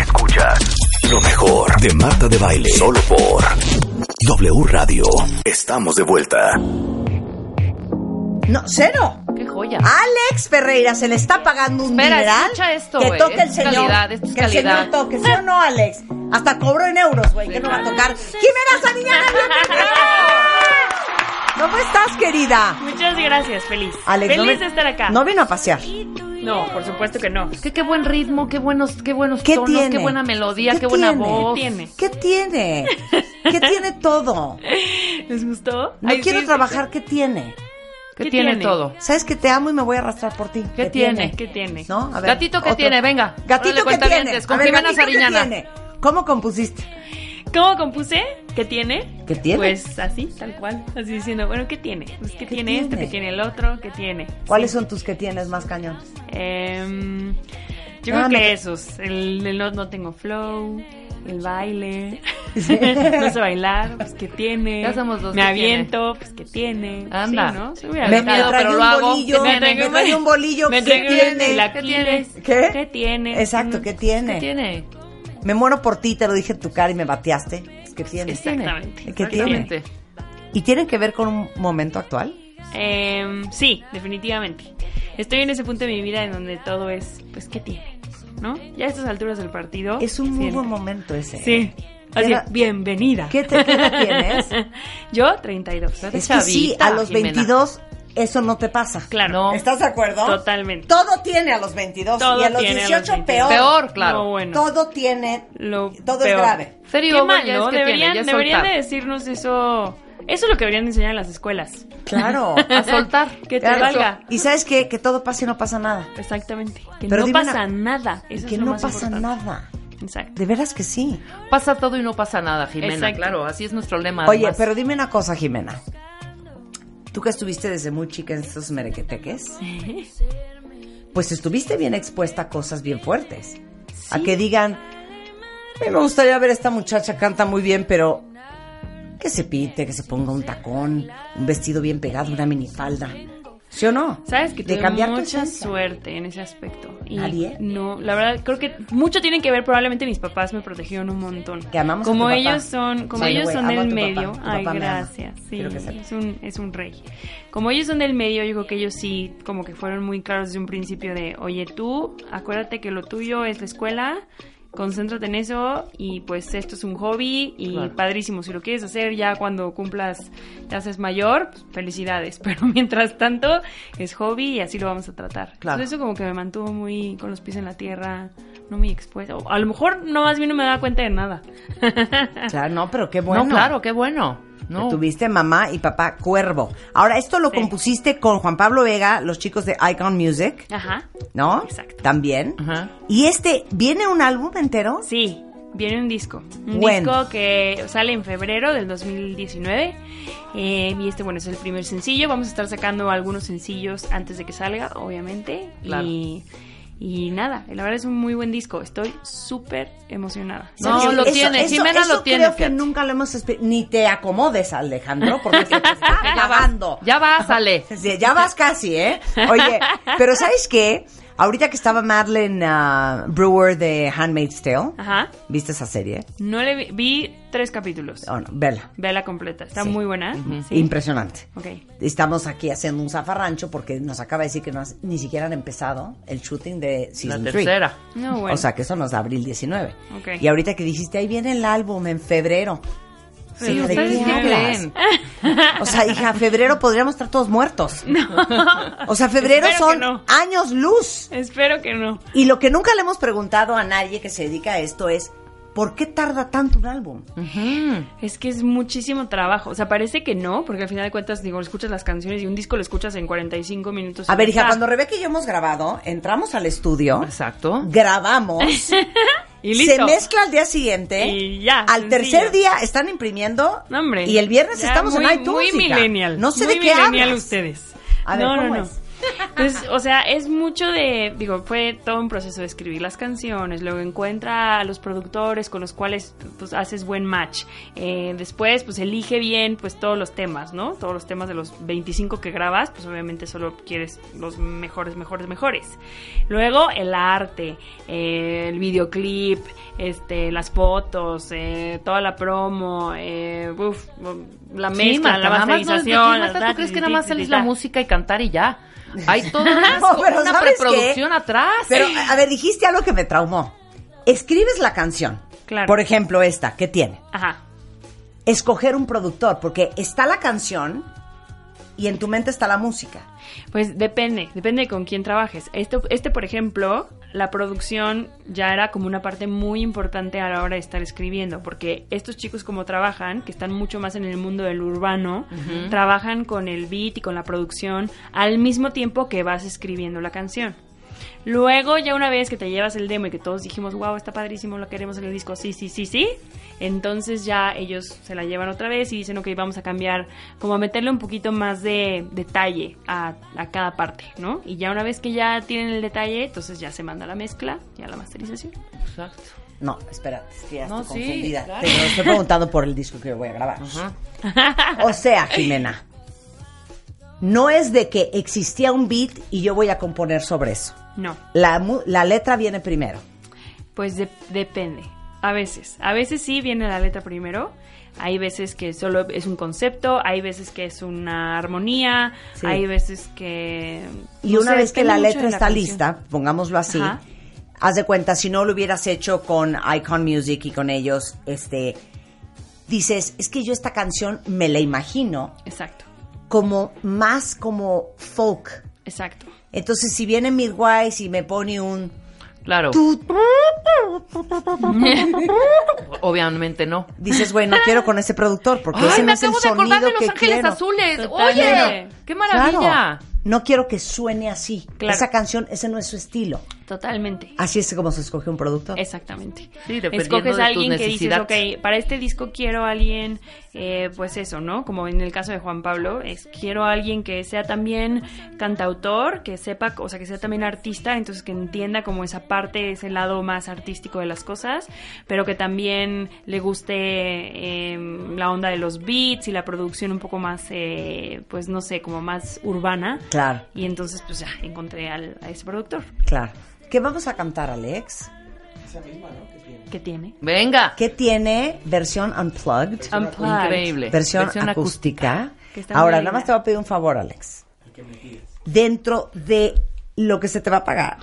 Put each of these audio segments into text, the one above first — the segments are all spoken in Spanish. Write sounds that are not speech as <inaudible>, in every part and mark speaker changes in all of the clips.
Speaker 1: Escuchas lo mejor de Marta de Baile. Solo por W Radio. Estamos de vuelta.
Speaker 2: No, cero.
Speaker 3: Qué joya.
Speaker 2: Ah. Alex Ferreira se le está pagando un
Speaker 3: Espera,
Speaker 2: dineral
Speaker 3: escucha esto,
Speaker 2: que
Speaker 3: güey.
Speaker 2: toque el
Speaker 3: Es
Speaker 2: señor.
Speaker 3: calidad, esto es
Speaker 2: que el señor
Speaker 3: calidad.
Speaker 2: toque, ¿sí o no, Alex? Hasta cobró en euros, güey, que no va a tocar. ¡Jimena Sariñana,
Speaker 3: <laughs>
Speaker 2: bienvenida! ¿Cómo estás, querida?
Speaker 4: Muchas gracias, feliz.
Speaker 2: Alex,
Speaker 4: feliz
Speaker 2: no ve-
Speaker 4: de estar acá.
Speaker 2: No vino a pasear.
Speaker 4: No, por supuesto que no.
Speaker 3: Qué, qué buen ritmo, qué buenos, qué buenos
Speaker 2: ¿Qué
Speaker 3: tonos,
Speaker 2: tiene?
Speaker 3: qué buena melodía,
Speaker 2: ¿Qué
Speaker 3: qué, buena
Speaker 2: tiene?
Speaker 3: voz.
Speaker 4: ¿Qué tiene?
Speaker 2: ¿Qué tiene? ¿Qué
Speaker 3: <laughs>
Speaker 2: tiene todo?
Speaker 4: ¿Les gustó?
Speaker 2: No
Speaker 4: Ay,
Speaker 2: quiero
Speaker 4: sí,
Speaker 2: trabajar, ¿qué tiene?
Speaker 3: ¿Qué,
Speaker 4: ¿Qué
Speaker 3: tiene,
Speaker 4: tiene?
Speaker 3: todo?
Speaker 2: Sabes que te amo y me voy a arrastrar por ti.
Speaker 3: ¿Qué tiene?
Speaker 4: ¿Qué tiene?
Speaker 2: ¿No? A ver,
Speaker 3: Gatito, ¿qué
Speaker 2: otro.
Speaker 3: tiene? Venga.
Speaker 2: Gatito,
Speaker 3: Órale,
Speaker 2: ¿qué tiene?
Speaker 3: cuentavientes, Con
Speaker 2: A ver,
Speaker 3: Jimena
Speaker 2: gatito, ¿qué
Speaker 3: Sariñana.
Speaker 2: tiene? ¿Cómo compusiste?
Speaker 4: ¿Cómo compuse? ¿Qué tiene?
Speaker 2: ¿Qué tiene?
Speaker 4: Pues así, tal cual. Así diciendo, bueno, ¿qué tiene? Pues, ¿qué, tiene, esto?
Speaker 2: tiene?
Speaker 4: ¿Qué tiene el otro? ¿Qué tiene?
Speaker 2: ¿Cuáles son tus que tienes más cañones?
Speaker 4: Em, yo
Speaker 2: Ah,
Speaker 4: creo que
Speaker 2: me-
Speaker 4: esos. El, el no, no tengo flow, el baile. <laughs> no sé bailar, pues ¿qué tiene?
Speaker 3: Ya somos dos,
Speaker 4: Me
Speaker 3: ¿qué tiene?
Speaker 4: aviento, pues ¿qué tiene?
Speaker 3: Anda.
Speaker 4: Sí, ¿no? Sí,
Speaker 3: Me-
Speaker 4: hubiera
Speaker 2: Me, me
Speaker 3: Aventado,
Speaker 4: gustado.
Speaker 2: trae
Speaker 3: pero
Speaker 2: un
Speaker 3: lo hago.
Speaker 2: bolillo,
Speaker 3: Me
Speaker 2: me
Speaker 3: tragué un
Speaker 2: trae un bolillo,
Speaker 4: Me
Speaker 2: ¿qué
Speaker 4: tragué un
Speaker 2: tiene?
Speaker 4: chilaquiles.
Speaker 3: ¿Qué
Speaker 2: tiene?
Speaker 4: ¿Qué tiene?
Speaker 2: Exacto,
Speaker 4: Mm,
Speaker 2: ¿qué tiene?
Speaker 3: ¿Qué tiene?
Speaker 2: Me muero por ti, te lo dije en tu cara y me bateaste. ¿Qué tiene?
Speaker 4: Exactamente.
Speaker 2: ¿Qué tiene?
Speaker 3: Exactamente.
Speaker 2: ¿Y tienen que ver con un momento actual?
Speaker 4: Em, sí, definitivamente. Estoy en ese punto de mi vida en donde todo es, pues, ¿qué tiene? ¿No? Ya a estas alturas del partido.
Speaker 2: Es un muy
Speaker 4: siento-
Speaker 2: buen momento ese.
Speaker 4: Sí. Así,
Speaker 2: Era-
Speaker 4: bienvenida.
Speaker 2: ¿Qué, te, qué edad tienes?
Speaker 4: <laughs> Yo, 32.
Speaker 2: es que sí,
Speaker 3: chavita,
Speaker 2: a los
Speaker 3: Jimena.
Speaker 2: 22 eso no te pasa.
Speaker 4: Claro.
Speaker 3: No.
Speaker 2: ¿Estás de acuerdo?
Speaker 4: Totalmente.
Speaker 2: Todo tiene a los 22
Speaker 4: Todo
Speaker 2: y a los
Speaker 4: tiene a
Speaker 2: 18
Speaker 4: los
Speaker 2: peor.
Speaker 4: 22.
Speaker 3: Peor, claro.
Speaker 4: No, bueno.
Speaker 2: Todo tiene,
Speaker 4: Lo
Speaker 2: todo es
Speaker 4: peor.
Speaker 2: grave.
Speaker 3: Serio,
Speaker 4: Qué
Speaker 3: güey,
Speaker 4: mal,
Speaker 3: ya es
Speaker 4: ¿no?
Speaker 3: que tiene,
Speaker 4: Deberían,
Speaker 3: ya es
Speaker 4: deberían
Speaker 3: soltar.
Speaker 4: de decirnos eso. Eso es lo que deberían de enseñar en las escuelas.
Speaker 2: Claro.
Speaker 3: A soltar.
Speaker 4: <laughs> Que te
Speaker 2: Claro.
Speaker 4: valga.
Speaker 2: <laughs> Y sabes qué? que todo pasa y no pasa nada.
Speaker 4: Exactamente. Que
Speaker 2: Pero
Speaker 4: no
Speaker 2: dime
Speaker 4: pasa
Speaker 2: una-
Speaker 4: nada. Eso
Speaker 2: que
Speaker 4: es lo
Speaker 2: no
Speaker 4: más
Speaker 2: pasa
Speaker 4: importante.
Speaker 2: nada.
Speaker 4: Exacto.
Speaker 2: De veras que sí.
Speaker 3: Pasa todo y no pasa nada, Jimena.
Speaker 4: Exacto.
Speaker 3: Claro, así es nuestro lema.
Speaker 2: Oye,
Speaker 3: además.
Speaker 2: pero dime una cosa, Jimena. Tú que estuviste desde muy chica en estos merequeteques, pues estuviste bien expuesta a cosas bien fuertes. A que digan, "Ay, me gustaría ver a esta muchacha, canta muy bien, pero que se pinte, que se ponga un tacón, un vestido bien pegado, una minifalda. ¿Sí o no?
Speaker 4: Sabes que
Speaker 2: De
Speaker 4: tuve
Speaker 2: cambiar tu
Speaker 4: mucha
Speaker 2: esencia.
Speaker 4: suerte en ese aspecto. Y
Speaker 2: Nadie.
Speaker 4: No, la verdad, creo que mucho tiene que ver. Probablemente mis papás me protegieron un montón.
Speaker 2: Que amamos a
Speaker 4: como
Speaker 2: tu papá.
Speaker 4: ellos son, como
Speaker 2: Sí,
Speaker 4: ellos
Speaker 2: güey,
Speaker 4: son
Speaker 2: amo a
Speaker 4: del
Speaker 2: tu papá.
Speaker 4: medio.
Speaker 2: Tu
Speaker 4: Ay,
Speaker 2: papá me ama.
Speaker 4: gracias. Sí,
Speaker 2: Quiero que sepas.
Speaker 4: es un, es un rey. Como ellos son del medio, yo creo que ellos sí, como que fueron muy claros desde un principio de, oye, tú, acuérdate que lo tuyo es la escuela. Concéntrate en eso y pues esto es un hobby y
Speaker 3: Claro.
Speaker 4: padrísimo. Si lo quieres hacer ya cuando cumplas, te haces mayor, pues, felicidades. <laughs> Pero mientras tanto es hobby y así lo vamos a tratar.
Speaker 2: Claro.
Speaker 4: Entonces eso como que me mantuvo muy con los pies en la tierra, no muy expuesto. A lo mejor no más bien no me daba cuenta de nada.
Speaker 2: Claro, no, pero qué bueno.
Speaker 3: No, claro, qué bueno. No.
Speaker 2: Que Tuviste mamá y papá cuervo. Ahora, esto lo
Speaker 4: Sí.
Speaker 2: compusiste con Juan Pablo Vega, los chicos de Icon Music,
Speaker 4: Ajá.
Speaker 2: ¿no?
Speaker 4: Exacto.
Speaker 2: También.
Speaker 3: Ajá.
Speaker 2: Y este, ¿viene un álbum entero?
Speaker 4: Sí, viene un disco. Un
Speaker 2: Bueno.
Speaker 4: disco que sale en febrero del 2019. Eh, y este, bueno, es el primer sencillo. Vamos a estar sacando algunos sencillos antes de que salga, obviamente.
Speaker 3: Claro.
Speaker 4: Y, y nada, la verdad es un muy buen disco. Estoy súper emocionada.
Speaker 3: No,
Speaker 2: Sergio,
Speaker 3: lo tiene, Jimena
Speaker 2: eso
Speaker 3: lo tiene,
Speaker 2: creo que
Speaker 3: fíjate.
Speaker 2: nunca lo hemos... espe- Ni te acomodes, Alejandro, porque se te
Speaker 3: <laughs>
Speaker 2: está acabando.
Speaker 3: Ya va, sale.
Speaker 2: Sí, Ya vas casi, ¿eh? Oye, pero ¿sabes qué? Ahorita que estaba Madeleine ah, Brewer de Handmaid's Tale,
Speaker 3: Ah.
Speaker 4: Ajá.
Speaker 2: ¿viste esa serie?
Speaker 4: No le vi, vi tres capítulos.
Speaker 2: Oh, no, vela.
Speaker 4: Vela completa. Está
Speaker 2: Sí.
Speaker 4: muy buena. Sí.
Speaker 2: Impresionante.
Speaker 4: Ok.
Speaker 2: Estamos aquí haciendo un zafarrancho porque nos acaba de decir que no has- ni siquiera han empezado el shooting de
Speaker 3: La
Speaker 2: Season 3.
Speaker 3: tercera.
Speaker 4: No, Ah, bueno.
Speaker 2: O sea, que eso nos da abril 19.
Speaker 4: Ok.
Speaker 2: Y ahorita que dijiste, ahí viene el álbum en febrero.
Speaker 4: Sí,
Speaker 2: Hija, ¿de
Speaker 4: ustedes
Speaker 2: qué
Speaker 4: qué
Speaker 2: hablas?
Speaker 3: creen.
Speaker 2: O sea, hija, febrero podríamos estar todos
Speaker 4: <laughs>
Speaker 2: muertos. O sea, febrero
Speaker 4: Espero que
Speaker 2: son
Speaker 4: no.
Speaker 2: años luz.
Speaker 4: Espero que no.
Speaker 2: Y lo que nunca le hemos preguntado a nadie que se dedica a esto es, ¿Por qué tarda tanto un álbum?
Speaker 4: Es que es muchísimo trabajo. O sea, parece que no, porque al final de cuentas, digo, escuchas las canciones y un disco lo escuchas en 45 minutos.
Speaker 2: A ver, hija,
Speaker 4: Ah,
Speaker 2: cuando Rebeca y yo hemos grabado, entramos al estudio,
Speaker 3: Exacto.
Speaker 2: grabamos,
Speaker 4: Y listo.
Speaker 2: se mezcla al día siguiente,
Speaker 4: Y ya,
Speaker 2: al
Speaker 4: sencillo.
Speaker 2: tercer día están imprimiendo,
Speaker 4: No, hombre.
Speaker 2: y el viernes
Speaker 4: Ya,
Speaker 2: estamos
Speaker 4: muy-
Speaker 2: en iTunes.
Speaker 4: Muy
Speaker 2: hija.
Speaker 4: millennial.
Speaker 2: No sé
Speaker 4: muy
Speaker 2: de qué
Speaker 4: millennial
Speaker 2: hablas.
Speaker 4: ustedes.
Speaker 2: A ver,
Speaker 4: no,
Speaker 2: ¿cómo
Speaker 4: no, no.
Speaker 2: es?
Speaker 4: Entonces, o sea, es mucho de, digo, fue todo un proceso de escribir las canciones, luego encuentra a los productores con los cuales pues haces buen match. Eh, después, pues elige bien pues todos los temas, ¿no? Todos los temas de los 25 que grabas, pues obviamente solo quieres los mejores, mejores, mejores. Luego el arte, eh, el videoclip, este, las fotos, eh, toda la promo, eh, uf, la
Speaker 3: Sí,
Speaker 4: mezcla,
Speaker 3: Marta,
Speaker 4: la
Speaker 3: nada más no es de-
Speaker 4: masterización.
Speaker 3: Marta,
Speaker 4: las
Speaker 3: ¿Tú crees que nada más
Speaker 4: datas,
Speaker 3: es la
Speaker 4: datas.
Speaker 3: música y cantar y ya? Hay toda una,
Speaker 2: <laughs> No, pero
Speaker 3: una
Speaker 2: ¿sabes qué?
Speaker 3: preproducción atrás.
Speaker 2: Pero, a ver, dijiste algo que me traumó. Escribes la canción.
Speaker 4: Claro.
Speaker 2: Por ejemplo, esta, ¿qué tiene?
Speaker 4: Ajá.
Speaker 2: Escoger un productor, porque está la canción y en tu mente está la música.
Speaker 4: Pues depende, depende de con quién trabajes. Este, este, por ejemplo, la producción ya era como una parte muy importante a la hora de estar escribiendo, porque estos chicos como trabajan, que están mucho más en el mundo del urbano, trabajan con el beat y con la producción al mismo tiempo que vas escribiendo la canción. Luego, ya una vez que te llevas el demo y que todos dijimos, wow, está padrísimo, lo queremos en el disco, sí, sí, sí, sí, entonces ya ellos se la llevan otra vez y dicen, ok, vamos a cambiar, como a meterle un poquito más de detalle a, a cada parte, ¿no? Y ya una vez que ya tienen el detalle, entonces ya se manda la mezcla y a la masterización.
Speaker 3: Exacto.
Speaker 2: No, espérate, es que ya
Speaker 3: No,
Speaker 2: estoy
Speaker 3: sí,
Speaker 2: confundida.
Speaker 3: claro.
Speaker 2: Te lo estoy preguntando por el disco que voy a grabar. O sea, Jimena, no es de que existía un beat y yo voy a componer sobre eso.
Speaker 4: No,
Speaker 2: La, mu- la letra viene primero.
Speaker 4: Pues de- depende. A veces. A veces sí viene la letra primero. Hay veces que solo es un concepto, hay veces que es una armonía,
Speaker 2: Sí.
Speaker 4: hay veces que...
Speaker 2: Y
Speaker 4: no
Speaker 2: una
Speaker 4: sé,
Speaker 2: vez que la
Speaker 4: depende mucho
Speaker 2: letra
Speaker 4: de
Speaker 2: está
Speaker 4: canción.
Speaker 2: lista, pongámoslo así,
Speaker 4: Ajá.
Speaker 2: haz de cuenta, si no lo hubieras hecho con Icon Music y con ellos, este, dices, es que yo esta canción me la imagino
Speaker 4: Exacto,
Speaker 2: como más como folk.
Speaker 4: exacto.
Speaker 2: Entonces, si viene Midwise y me pone un...
Speaker 3: Claro.
Speaker 2: tu-
Speaker 3: Obviamente no.
Speaker 2: dices, güey, no quiero con ese productor porque
Speaker 3: Ay,
Speaker 2: ese
Speaker 3: me
Speaker 2: no es el
Speaker 3: acabo de
Speaker 2: sonido
Speaker 3: acordar de Los
Speaker 2: que
Speaker 3: Ángeles
Speaker 2: quiero.
Speaker 3: Azules.
Speaker 4: Totalmente.
Speaker 3: Oye, qué maravilla.
Speaker 2: Claro, no quiero que suene así.
Speaker 4: Claro.
Speaker 2: Esa canción, ese no es su estilo.
Speaker 4: Totalmente.
Speaker 2: Así es como se escoge un productor.
Speaker 4: Exactamente.
Speaker 3: Sí, dependiendo
Speaker 4: Escoges
Speaker 3: de
Speaker 4: a
Speaker 3: tus
Speaker 4: alguien que dices, ok,
Speaker 3: necesidades.
Speaker 4: para este disco quiero a alguien, eh, pues eso, ¿no? Como en el caso de Juan Pablo, es quiero a alguien que sea también cantautor, que sepa, o sea, que sea también artista, entonces que entienda como esa parte, ese lado más artístico de las cosas, pero que también le guste eh, la onda de los beats y la producción un poco más, eh, pues no sé, como más urbana.
Speaker 2: Claro.
Speaker 4: Y entonces, pues ya, encontré al- a ese productor
Speaker 2: Claro. ¿Qué vamos a cantar, Alex?
Speaker 4: que tiene.
Speaker 3: Venga.
Speaker 2: ¿Qué tiene versión unplugged?
Speaker 4: Unplugged.
Speaker 3: Increíble.
Speaker 2: Versión,
Speaker 3: Versión
Speaker 2: acústica.
Speaker 4: que está muy
Speaker 2: Ahora,
Speaker 4: linda.
Speaker 2: nada más te voy a pedir un favor, Alex. Dentro de lo que se te va a pagar,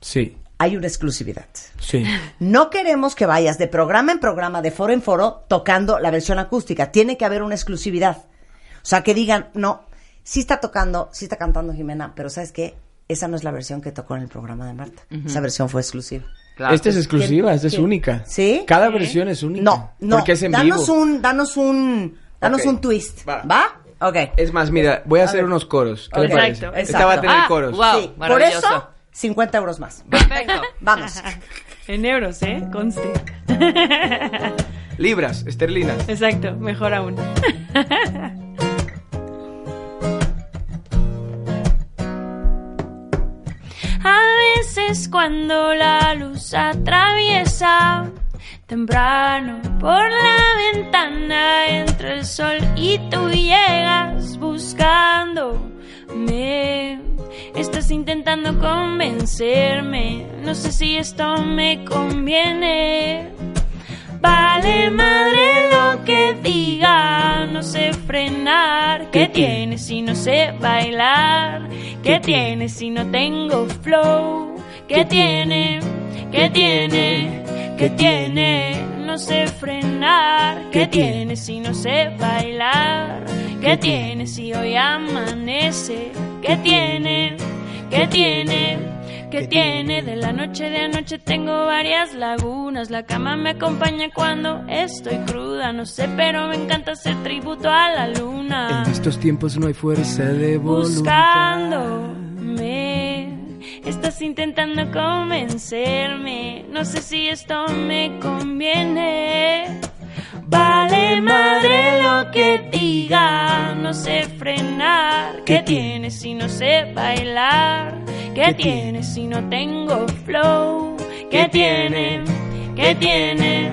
Speaker 5: Sí,
Speaker 2: hay una exclusividad. <laughs>
Speaker 5: sí.
Speaker 2: No queremos que vayas de programa en programa, de foro en foro, tocando la versión acústica. Tiene que haber una exclusividad. O sea, que digan, no, sí está tocando, sí está cantando Jimena, pero ¿sabes qué? Esa no es la versión que tocó en el programa de Marta. Esa versión fue exclusiva.
Speaker 3: Claro.
Speaker 5: Esta Este es exclusiva, esta es única.
Speaker 2: ¿Sí?
Speaker 5: Cada versión es única.
Speaker 2: No, no.
Speaker 5: Porque es en
Speaker 2: danos
Speaker 5: vivo.
Speaker 2: un, danos un, danos
Speaker 5: Ok.
Speaker 2: un twist. ¿Va?
Speaker 5: Va. Eh,
Speaker 2: Ok.
Speaker 5: Es más, mira, voy a hacer
Speaker 2: ver.
Speaker 5: unos coros. ¿Qué les
Speaker 2: Ok.
Speaker 5: parece?
Speaker 2: Exacto,
Speaker 5: Esta va a
Speaker 2: exacto.
Speaker 5: tener
Speaker 3: Ah,
Speaker 5: coros.
Speaker 3: guau.
Speaker 2: Sí, Por
Speaker 3: maravilloso.
Speaker 2: eso, 50 euros más. <laughs>
Speaker 3: Perfecto.
Speaker 5: <laughs>
Speaker 2: Vamos.
Speaker 4: En euros, ¿eh? Conste.
Speaker 5: Libras, esterlinas.
Speaker 4: Exacto, mejor aún. <laughs> A veces cuando la luz atraviesa temprano por la ventana entre el sol y tú llegas buscándome. Estás intentando convencerme, no sé si esto me conviene. Vale madre lo que diga, no sé frenar. ¿Qué tiene si no sé bailar? ¿Qué tiene si no tengo flow? ¿Qué tiene? ¿Qué tiene? ¿Qué tiene? No sé frenar. ¿Qué tiene si no sé bailar? ¿Qué tiene si hoy amanece? ¿Qué tiene? ¿Qué tiene? ¿Qué tiene? que tiene. De la noche de anoche tengo varias lagunas. La cama me acompaña cuando estoy cruda. No sé, pero me encanta hacer tributo a la luna.
Speaker 2: Ah.
Speaker 5: En estos tiempos no hay fuerza de voluntad.
Speaker 4: Buscándome, estás intentando convencerme. No sé si esto me conviene. Vale madre lo que diga, no sé frenar. ¿Qué tienes si no sé bailar? ¿Qué tienes si no tengo flow? ¿Qué tiene? ¿Qué tiene?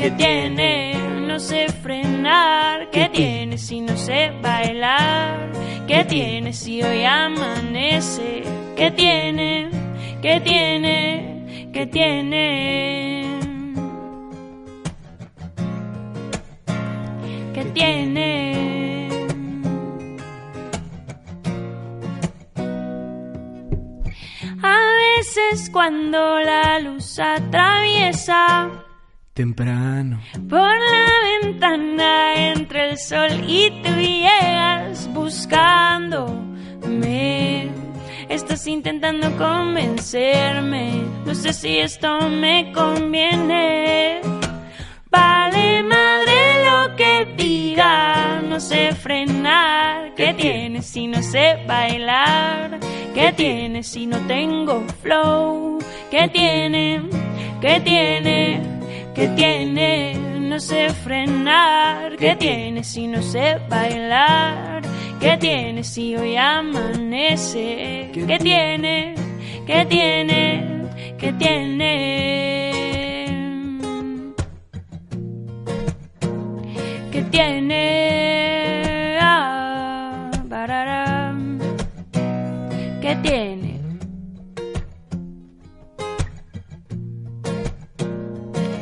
Speaker 4: ¿Qué tiene? No sé frenar. ¿Qué tiene si no sé bailar? ¿Qué tiene si hoy amanece? ¿Qué tiene? ¿Qué tiene? ¿Qué tiene? que tiene. A veces cuando la luz atraviesa
Speaker 5: Temprano.
Speaker 4: por la ventana entre el sol y tú llegas buscándome. Estás intentando convencerme, no sé si esto me conviene. Vale madre lo que diga, no sé frenar. ¿Qué tienes si no sé bailar? ¿Qué tienes si no tengo flow? ¿Qué tiene? ¿Qué tiene? ¿Qué tiene? No sé frenar. ¿Qué tiene si no sé bailar? ¿Qué tiene si hoy amanece? ¿Qué tiene? ¿Qué tiene? ¿Qué tiene? que tiene. Ah, bararam. ¿Qué tiene?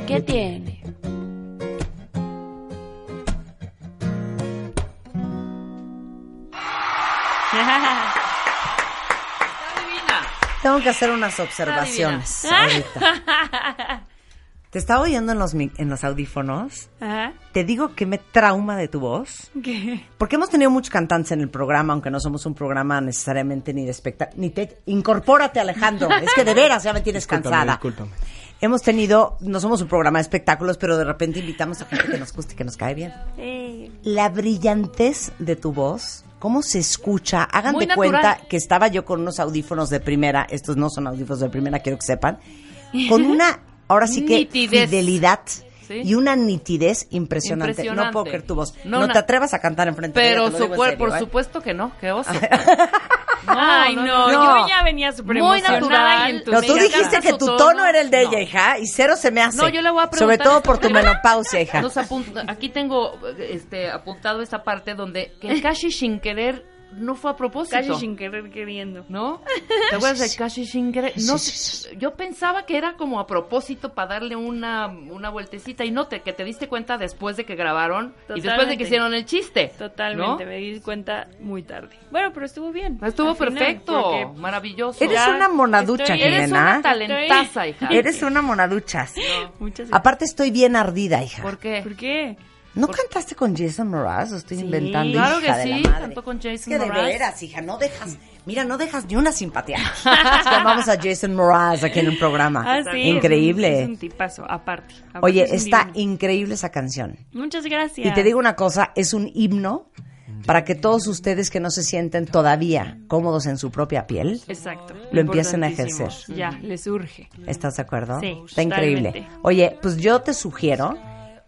Speaker 4: ¿Qué tiene?
Speaker 3: Está divina.
Speaker 2: Tengo que hacer unas observaciones
Speaker 5: Ah, <laughs>
Speaker 2: ahorita. Te estaba oyendo en los, mi- en los audífonos.
Speaker 4: Ajá.
Speaker 2: Te digo que me trauma de tu voz.
Speaker 4: <laughs> ¿Qué?
Speaker 2: Porque hemos tenido muchos cantantes en el programa, aunque no somos un programa necesariamente ni de espectáculo. Ni te incorpórate, Alejandro. Es que de veras ya me tienes cansada.
Speaker 5: Discúlpame, discúlpame.
Speaker 2: Hemos tenido, no somos un programa de espectáculos, pero de repente invitamos a gente que nos guste, y que nos cae bien.
Speaker 4: Ey.
Speaker 2: La brillantez de tu voz, cómo se escucha. Hagan
Speaker 3: Muy
Speaker 2: de
Speaker 3: natural.
Speaker 2: cuenta que estaba yo con unos audífonos de primera, estos no son audífonos de primera, quiero que sepan, con
Speaker 3: <laughs>
Speaker 2: una, ahora sí que,
Speaker 3: Nitidez.
Speaker 2: fidelidad.
Speaker 3: Sí.
Speaker 2: Y una nitidez impresionante. No
Speaker 3: Impresionante.
Speaker 2: puedo creer tu voz.
Speaker 3: No,
Speaker 2: No,
Speaker 3: na-
Speaker 2: te atrevas a cantar enfrente de
Speaker 3: Pero
Speaker 2: ella, te lo
Speaker 3: su
Speaker 2: digo en
Speaker 3: cuerpo, por
Speaker 2: serio, ¿eh?
Speaker 3: supuesto que no,
Speaker 2: <laughs>
Speaker 3: qué oso.
Speaker 4: Ay, no,
Speaker 2: no.
Speaker 4: yo ya venía súper
Speaker 3: Muy
Speaker 4: emocionada y
Speaker 3: natural.
Speaker 2: No, tú
Speaker 3: Me
Speaker 2: dijiste
Speaker 3: encanta
Speaker 2: que
Speaker 3: su
Speaker 2: tu tono,
Speaker 3: tono.
Speaker 2: era el de
Speaker 3: No.
Speaker 2: ella, hija, y cero se me hace.
Speaker 3: No, yo le voy a
Speaker 2: Sobre
Speaker 3: preguntar
Speaker 2: todo
Speaker 3: esto
Speaker 2: por
Speaker 3: <laughs>
Speaker 2: tu
Speaker 3: primero.
Speaker 2: menopausia, hija.
Speaker 3: Nos apunt- aquí tengo este, apuntado esa parte donde que el
Speaker 2: Eh.
Speaker 3: Kashi sin querer no fue a propósito.
Speaker 4: Casi sin querer queriendo.
Speaker 2: <laughs>
Speaker 3: ¿No? ¿Te acuerdas del Kashi sin querer? No, sé, yo pensaba que era como a propósito para darle una, una vueltecita y no te, que te diste cuenta después de que grabaron y después de
Speaker 4: Totalmente.
Speaker 3: que hicieron el chiste. ¿no? Ah,
Speaker 4: Totalmente, me di cuenta muy tarde. Bueno, pero estuvo bien.
Speaker 3: Estuvo
Speaker 4: al final,
Speaker 3: perfecto,
Speaker 4: porque-
Speaker 3: maravilloso.
Speaker 2: Eres
Speaker 4: Ya,
Speaker 2: una monaducha,
Speaker 4: estoy- eres
Speaker 3: Eres
Speaker 2: Jimena.
Speaker 3: una talentaza, hija.
Speaker 2: Eres una monaducha.
Speaker 4: Muchas gracias.
Speaker 2: Aparte estoy bien ardida, hija.
Speaker 3: ¿Por qué?
Speaker 4: ¿Por qué?
Speaker 2: ¿No cantaste con Jason Mraz? ¿O estoy
Speaker 4: Sí,
Speaker 2: inventando? hija
Speaker 3: claro que
Speaker 2: de la
Speaker 3: sí,
Speaker 2: madre?
Speaker 3: cantó con Jason
Speaker 2: Es que
Speaker 3: Mraz.
Speaker 2: de veras, hija, no dejas... Mira, no dejas ni una
Speaker 4: <laughs>
Speaker 2: simpatía. Llamamos a Jason Mraz aquí en un programa.
Speaker 4: Ah, sí,
Speaker 2: increíble.
Speaker 4: Es un, es un tipazo, aparte. aparte
Speaker 2: Oye,
Speaker 4: es un
Speaker 2: está
Speaker 4: divino.
Speaker 2: increíble esa canción.
Speaker 4: Muchas gracias.
Speaker 2: Y te digo una cosa, es un himno para que todos ustedes que no se sienten todavía cómodos en su propia piel,
Speaker 4: Exacto.
Speaker 2: lo empiecen a
Speaker 4: importantísimo.
Speaker 2: ejercer.
Speaker 4: Ya, les urge.
Speaker 2: ¿estás de acuerdo?
Speaker 4: Sí,
Speaker 2: Está increíble.
Speaker 4: totalmente.
Speaker 2: Oye, pues yo te sugiero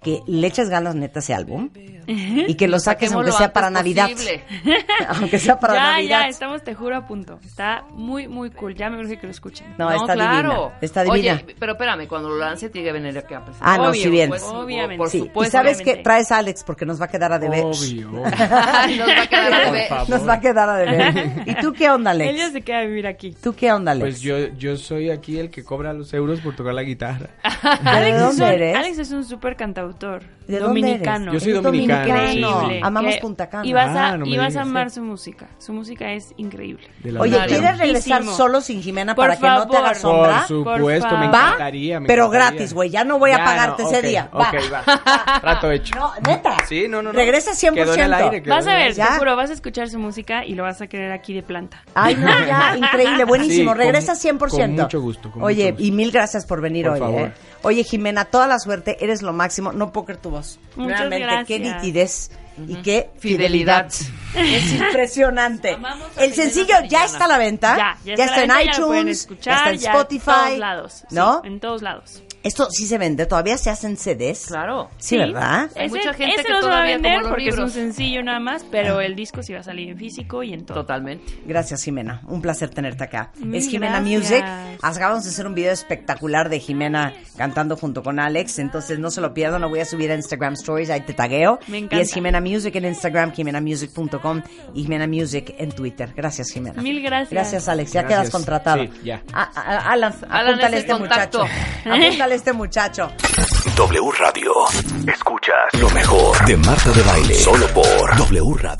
Speaker 2: que le eches ganas neta a ese
Speaker 4: <laughs>
Speaker 2: álbum y que lo saques
Speaker 3: Saquémoslo
Speaker 2: aunque sea
Speaker 3: antes
Speaker 2: para Navidad.
Speaker 3: posible.
Speaker 2: <laughs> aunque sea para
Speaker 4: ya,
Speaker 2: Navidad.
Speaker 4: ya, estamos, te juro, a punto. Está muy, muy cool. Ya me urge que lo escuchen.
Speaker 2: No, está divina. Está divina.
Speaker 3: Oye, pero espérame, cuando lo lance tiene que venir aquí a presentar.
Speaker 2: Ah, no,
Speaker 4: Obvio,
Speaker 2: si vienes.
Speaker 4: pues, obviamente.
Speaker 3: Por
Speaker 2: sí.
Speaker 3: supuesto.
Speaker 2: y sabes que
Speaker 4: obviamente.
Speaker 2: traes a Alex porque nos va a quedar a deber. <laughs>
Speaker 5: Obvio.
Speaker 3: Nos va a <laughs> quedar al
Speaker 5: Por
Speaker 3: revés.
Speaker 5: favor.
Speaker 2: Nos va a quedar a deber. ¿Y tú qué onda, Alex?
Speaker 4: Ella se queda a vivir aquí.
Speaker 2: ¿Tú qué onda, Alex?
Speaker 5: Pues yo, yo soy aquí el que cobra los euros por tocar la guitarra.
Speaker 2: ¿De
Speaker 4: Alex, es un,
Speaker 2: dónde eres?
Speaker 4: Alex es un súper autor.
Speaker 2: ¿De dónde
Speaker 4: dominicano.
Speaker 2: eres?
Speaker 5: Yo soy dominicano,
Speaker 4: Increíble.
Speaker 5: sí.
Speaker 2: Amamos
Speaker 4: Que-
Speaker 2: Punta Cana.
Speaker 4: Y vas a,
Speaker 5: Ah, no me
Speaker 4: y vas a
Speaker 5: digas.
Speaker 4: amar su música. Su música es increíble.
Speaker 5: De la
Speaker 2: Oye,
Speaker 5: Claro.
Speaker 2: ¿quieres regresar
Speaker 4: Muchísimo.
Speaker 2: solo sin Jimena
Speaker 4: Por
Speaker 2: para que no te haga
Speaker 4: favor.
Speaker 2: sombra?
Speaker 5: Por supuesto,
Speaker 4: Por
Speaker 5: me
Speaker 4: favor.
Speaker 2: Va,
Speaker 5: encantaría. me
Speaker 2: pero
Speaker 5: encantaría.
Speaker 2: gratis, güey, ya no voy a pagarte ese
Speaker 5: ok,
Speaker 2: día, va.
Speaker 5: Ok,
Speaker 2: <laughs>
Speaker 5: va. Trato hecho.
Speaker 2: No, neta.
Speaker 5: Sí, no, no, no.
Speaker 2: Regresa 100%.
Speaker 5: Quedó en el aire, quedó
Speaker 4: Vas
Speaker 5: en
Speaker 4: a
Speaker 5: el aire.
Speaker 4: ver,
Speaker 2: Ya.
Speaker 4: seguro, vas a escuchar su música y lo vas a querer aquí de planta.
Speaker 2: Ay, no,
Speaker 5: <laughs>
Speaker 2: ya, increíble, buenísimo.
Speaker 5: Sí, con-
Speaker 2: Regresa 100%.
Speaker 5: con mucho gusto, con
Speaker 2: Oye,
Speaker 5: mucho gusto.
Speaker 2: y mil gracias por venir
Speaker 5: Por
Speaker 2: hoy.
Speaker 5: favor.
Speaker 2: ¿eh? Oye, Jimena, toda la suerte, eres lo máximo. No puedo creer tu voz.
Speaker 4: Muchas
Speaker 2: Realmente, qué
Speaker 4: gracias.
Speaker 2: nitidez y qué fidelidad.
Speaker 3: Fidelidad.
Speaker 2: es
Speaker 4: <laughs>
Speaker 2: impresionante.
Speaker 3: Amamos a
Speaker 2: El
Speaker 3: Jimena
Speaker 2: sencillo ya
Speaker 3: Sariñana.
Speaker 2: está a la venta.
Speaker 4: Ya, ya,
Speaker 2: está,
Speaker 4: a la
Speaker 2: en
Speaker 4: venta, ya lo pueden
Speaker 2: iTunes,
Speaker 4: escuchar,
Speaker 2: ya está en Spotify.
Speaker 4: Ya en todos lados. sí,
Speaker 2: ¿No?
Speaker 4: en todos lados.
Speaker 2: Esto sí se vende. Todavía se hacen CDs.
Speaker 3: Claro.
Speaker 2: Sí, ¿verdad?
Speaker 3: Hay
Speaker 4: Ese-
Speaker 3: mucha gente
Speaker 4: ese
Speaker 3: que
Speaker 4: no se va a
Speaker 3: todavía
Speaker 4: vender
Speaker 3: como los
Speaker 4: porque
Speaker 3: libros.
Speaker 4: es un sencillo nada más, pero el disco sí va a salir en físico y en todo.
Speaker 3: Totalmente.
Speaker 2: Gracias, Jimena. Un placer tenerte acá.
Speaker 4: Mm,
Speaker 2: es Jimena
Speaker 4: gracias.
Speaker 2: Music. Acabamos de hacer un video espectacular de Jimena cantando junto con Alex. Entonces no se lo pierdan. Lo voy a subir a Instagram Stories. Ahí te tagueo.
Speaker 4: Me encanta.
Speaker 2: Y es Jimena Music en Instagram, jimenamusic.com y Jimena Music en Twitter. Gracias, Jimena.
Speaker 4: Mil gracias.
Speaker 2: Gracias, Alex. Ya
Speaker 5: Gracias.
Speaker 2: quedas contratado.
Speaker 5: Sí, ya.
Speaker 2: A- a- Alan,
Speaker 3: Alan,
Speaker 2: apúntale a
Speaker 3: ese
Speaker 2: este
Speaker 3: contacto.
Speaker 2: muchacho. Apúntale a este muchacho.
Speaker 1: W Radio. Escuchas lo mejor de Marta de Baile. Solo por W Radio.